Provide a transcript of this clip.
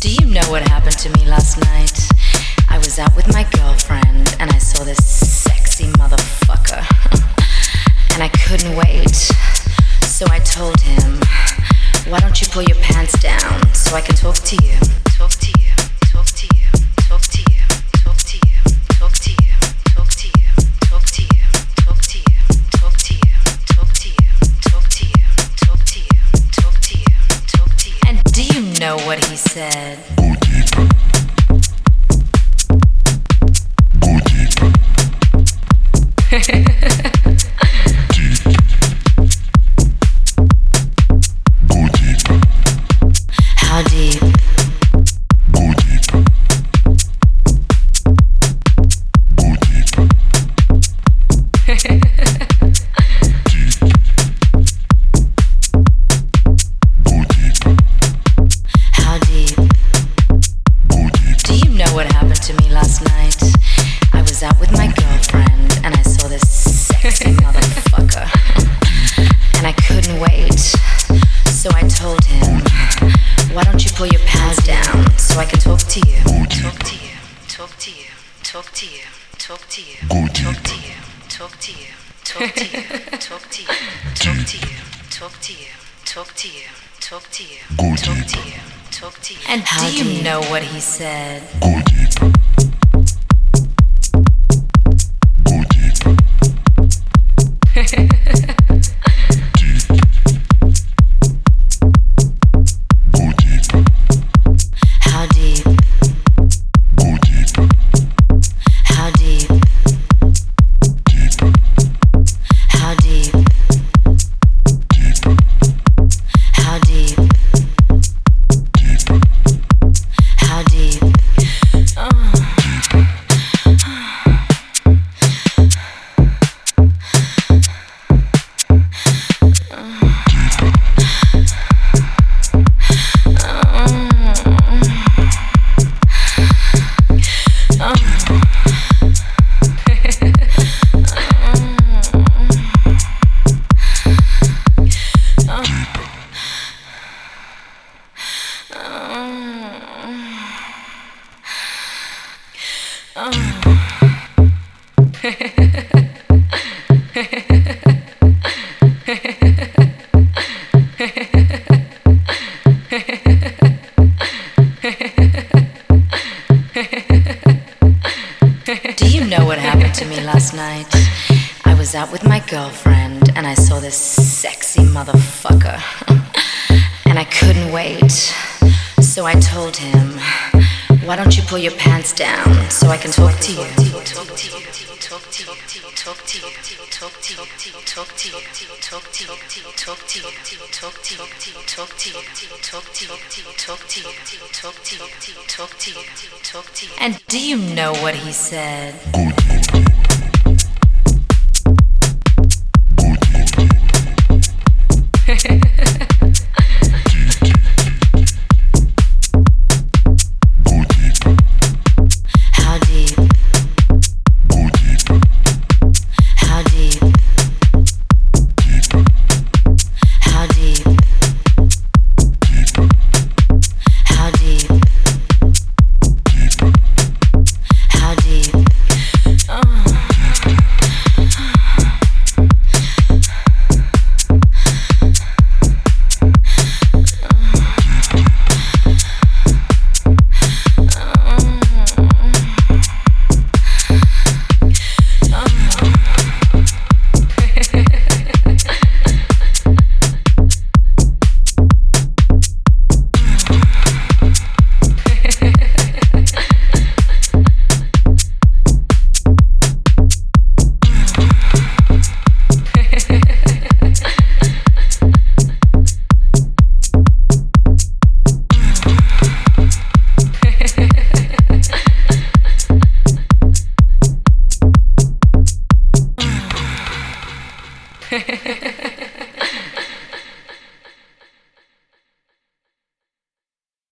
Do you know what happened to me last night? I was out with my girlfriend and I saw this sexy motherfucker. and I couldn't wait. So I told him, why don't you pull your pants down so I can talk to you? Talk to you. Talk to you. Talk to you. Talk to you. Talk to you. Talk to you. Talk to you. Talk to you. Talk to you. Talk to you. Talk to you. Talk to you. Talk to you. Talk to you. And do you know what he said? Go deeper. Go deeper. Deep. Go deeper. How deep? Go deeper. Go deeper. Deep. Go deeper. How deep? Go deeper. Do you know what happened to me last night? I was out with my girlfriend and I saw this sexy motherfucker. And I couldn't wait. So I told him, why don't you pull your pants down so I can talk to you? Talk to you, talk to you, talk to you, talk to you, Go talk deep. to you, talk to you, talk to you, talk to you, talk to you, talk to you, talk to you, talk to you, Go talk deep. to you, talk to you. And do you know what he said? Go deeper. Go deeper. Deep. Go deeper. How deep? Go deeper. How deep? Deeper. How deep? Deeper. How deep? Deeper. How deep? Do you know what happened to me last night? I was out with my girlfriend and I saw this sexy motherfucker. and I couldn't wait. So I told him, why don't you pull your pants down so I can talk to you? Talk to you. Talk to you. Talk to you. Talk to you. Talk to you. Talk to you. Talk to you. Talk to you. Talk to you. Talk to you. Talk to you. Talk to you. Talk to you. Talk to you. And do you know what he said? Go deeper. Go deeper. Go deeper. How deep? Go deeper. How deep? Deeper. How deep? Deeper. How deep? Deeper. How deep?